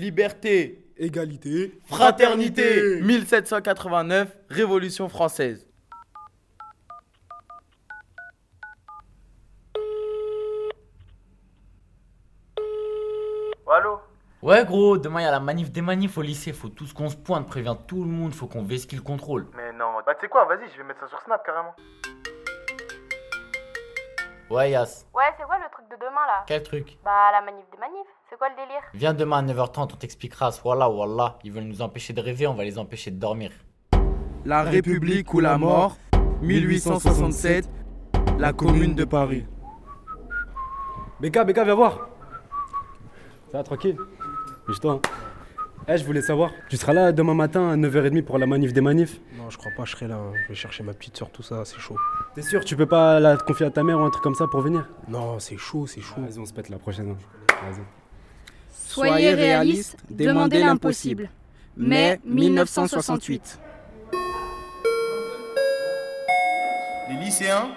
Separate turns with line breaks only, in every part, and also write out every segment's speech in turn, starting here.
liberté,
Égalité.
fraternité, 1789, Révolution française.
Allô
Ouais gros, demain il y a la manif des manifs au lycée, faut tous qu'on se pointe, prévient tout le monde, faut qu'on vise qu'il contrôle.
Mais non, bah tu sais quoi, vas-y, je vais mettre ça sur Snap carrément.
Ouais Yas,
Ouais, c'est quoi le truc de demain là
quel truc
Bah, la manif des manifs. C'est quoi le délire
Viens demain à 9h30, on t'expliquera, voilà, voilà, ils veulent nous empêcher de rêver, on va les empêcher de dormir.
La République ou la mort, 1867, la Commune de Paris.
Béka, Béka, viens voir. Ça va, tranquille Mais toi, Eh, je voulais savoir, tu seras là demain matin à 9h30 pour la manif des manifs
Non, je crois pas, je serai là. hein. Je vais chercher ma petite soeur, tout ça, c'est chaud.
T'es sûr, tu peux pas la confier à ta mère ou un truc comme ça pour venir
Non, c'est chaud, c'est chaud.
Vas-y, on se pète la prochaine. hein. Vas-y.
Soyez réaliste, demandez l'impossible. Mai 1968.
Les lycéens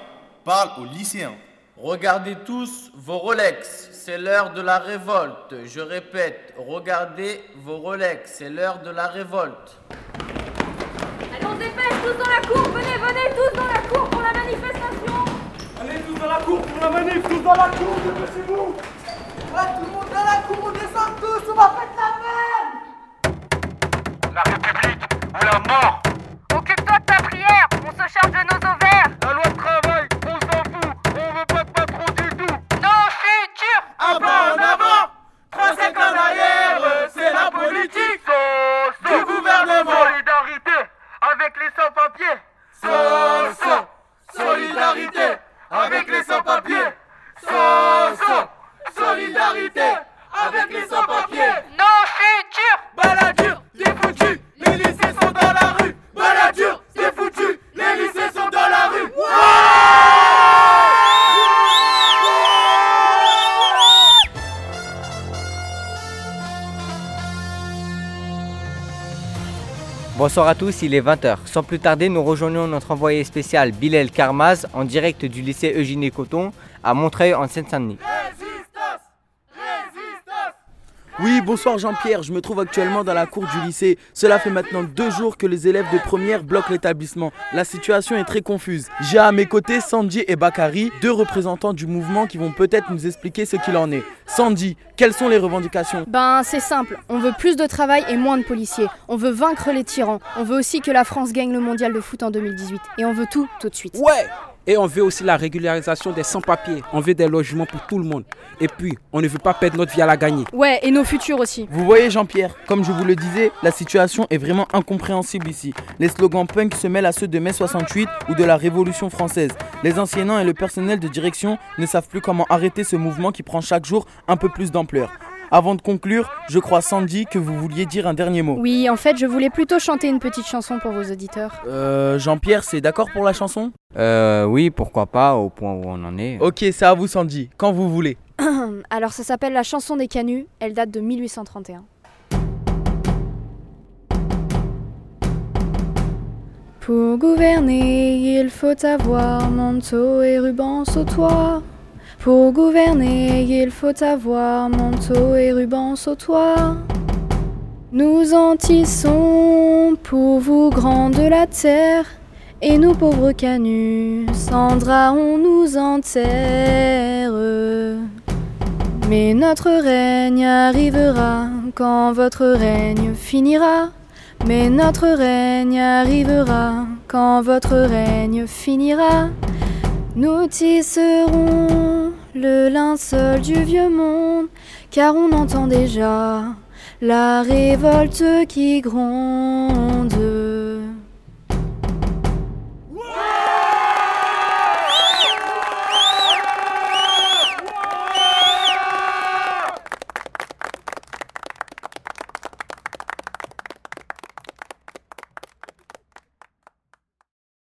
parlent aux lycéens. Regardez tous vos Rolex, c'est l'heure de la révolte. Je répète, regardez vos Rolex, c'est l'heure de la révolte.
Allez, on se dépêche, tous dans la cour Venez, venez, tous dans la cour pour la manifestation
La République ou la mort
Occupe-toi de ta prière On se charge de nos ovaires
La loi de travail, on s'en fout, on veut pas de patron du tout
Non, futur
Avant, en avant, 35 en arrière, c'est la politique du gouvernement Solidarité avec les sans-papiers Sans, solidarité avec les sans-papiers Sans, solidarité avec les sans-papiers
Non, futur
Baladure, t'es foutu, les lycées sont dans la rue. Baladure, t'es foutu, les lycées sont dans la rue.
Bonsoir à tous, il est 20h. Sans plus tarder, nous rejoignons notre envoyé spécial Bilal Karmaz en direct du lycée Eugénie Coton à Montreuil en Seine-Saint-Denis.
Résistance, résistance.
Oui, bonsoir Jean-Pierre, je me trouve actuellement dans la cour du lycée. Cela fait maintenant deux jours que les élèves de première bloquent l'établissement. La situation est très confuse. J'ai à mes côtés Sandy et Bakari, deux représentants du mouvement qui vont peut-être nous expliquer ce qu'il en est. Sandy, quelles sont les revendications
Ben c'est simple, on veut plus de travail et moins de policiers. On veut vaincre les tyrans. On veut aussi que la France gagne le mondial de foot en 2018. Et on veut tout tout de suite.
Ouais Et on veut aussi la régularisation des sans-papiers. On veut des logements pour tout le monde. Et puis, on ne veut pas perdre notre vie à la gagner.
Ouais, et nos futurs aussi.
Vous voyez Jean-Pierre, comme je vous le disais, la situation est vraiment incompréhensible ici. Les slogans punk se mêlent à ceux de mai 68 ou de la Révolution française. Les enseignants et le personnel de direction ne savent plus comment arrêter ce mouvement qui prend chaque jour un peu plus d'ampleur. Avant de conclure, je crois Sandy que vous vouliez dire un dernier mot.
Oui, en fait, je voulais plutôt chanter une petite chanson pour vos auditeurs.
Euh, Jean-Pierre, c'est d'accord pour la chanson
Euh, oui, pourquoi pas, au point où on en est.
Ok, c'est à vous Sandy, quand vous voulez.
Alors ça s'appelle La chanson des canuts, elle date de 1831. Pour gouverner, il faut avoir manteau et ruban sautoir. Pour gouverner, il faut avoir manteau et ruban sautoir. Nous en tissons pour vous grands de la terre, et nous pauvres canuts, Sandra, on nous enterre. Mais notre règne arrivera quand votre règne finira. Mais notre règne arrivera quand votre règne finira. Nous tisserons le linceul du vieux monde, car on entend déjà la révolte qui gronde.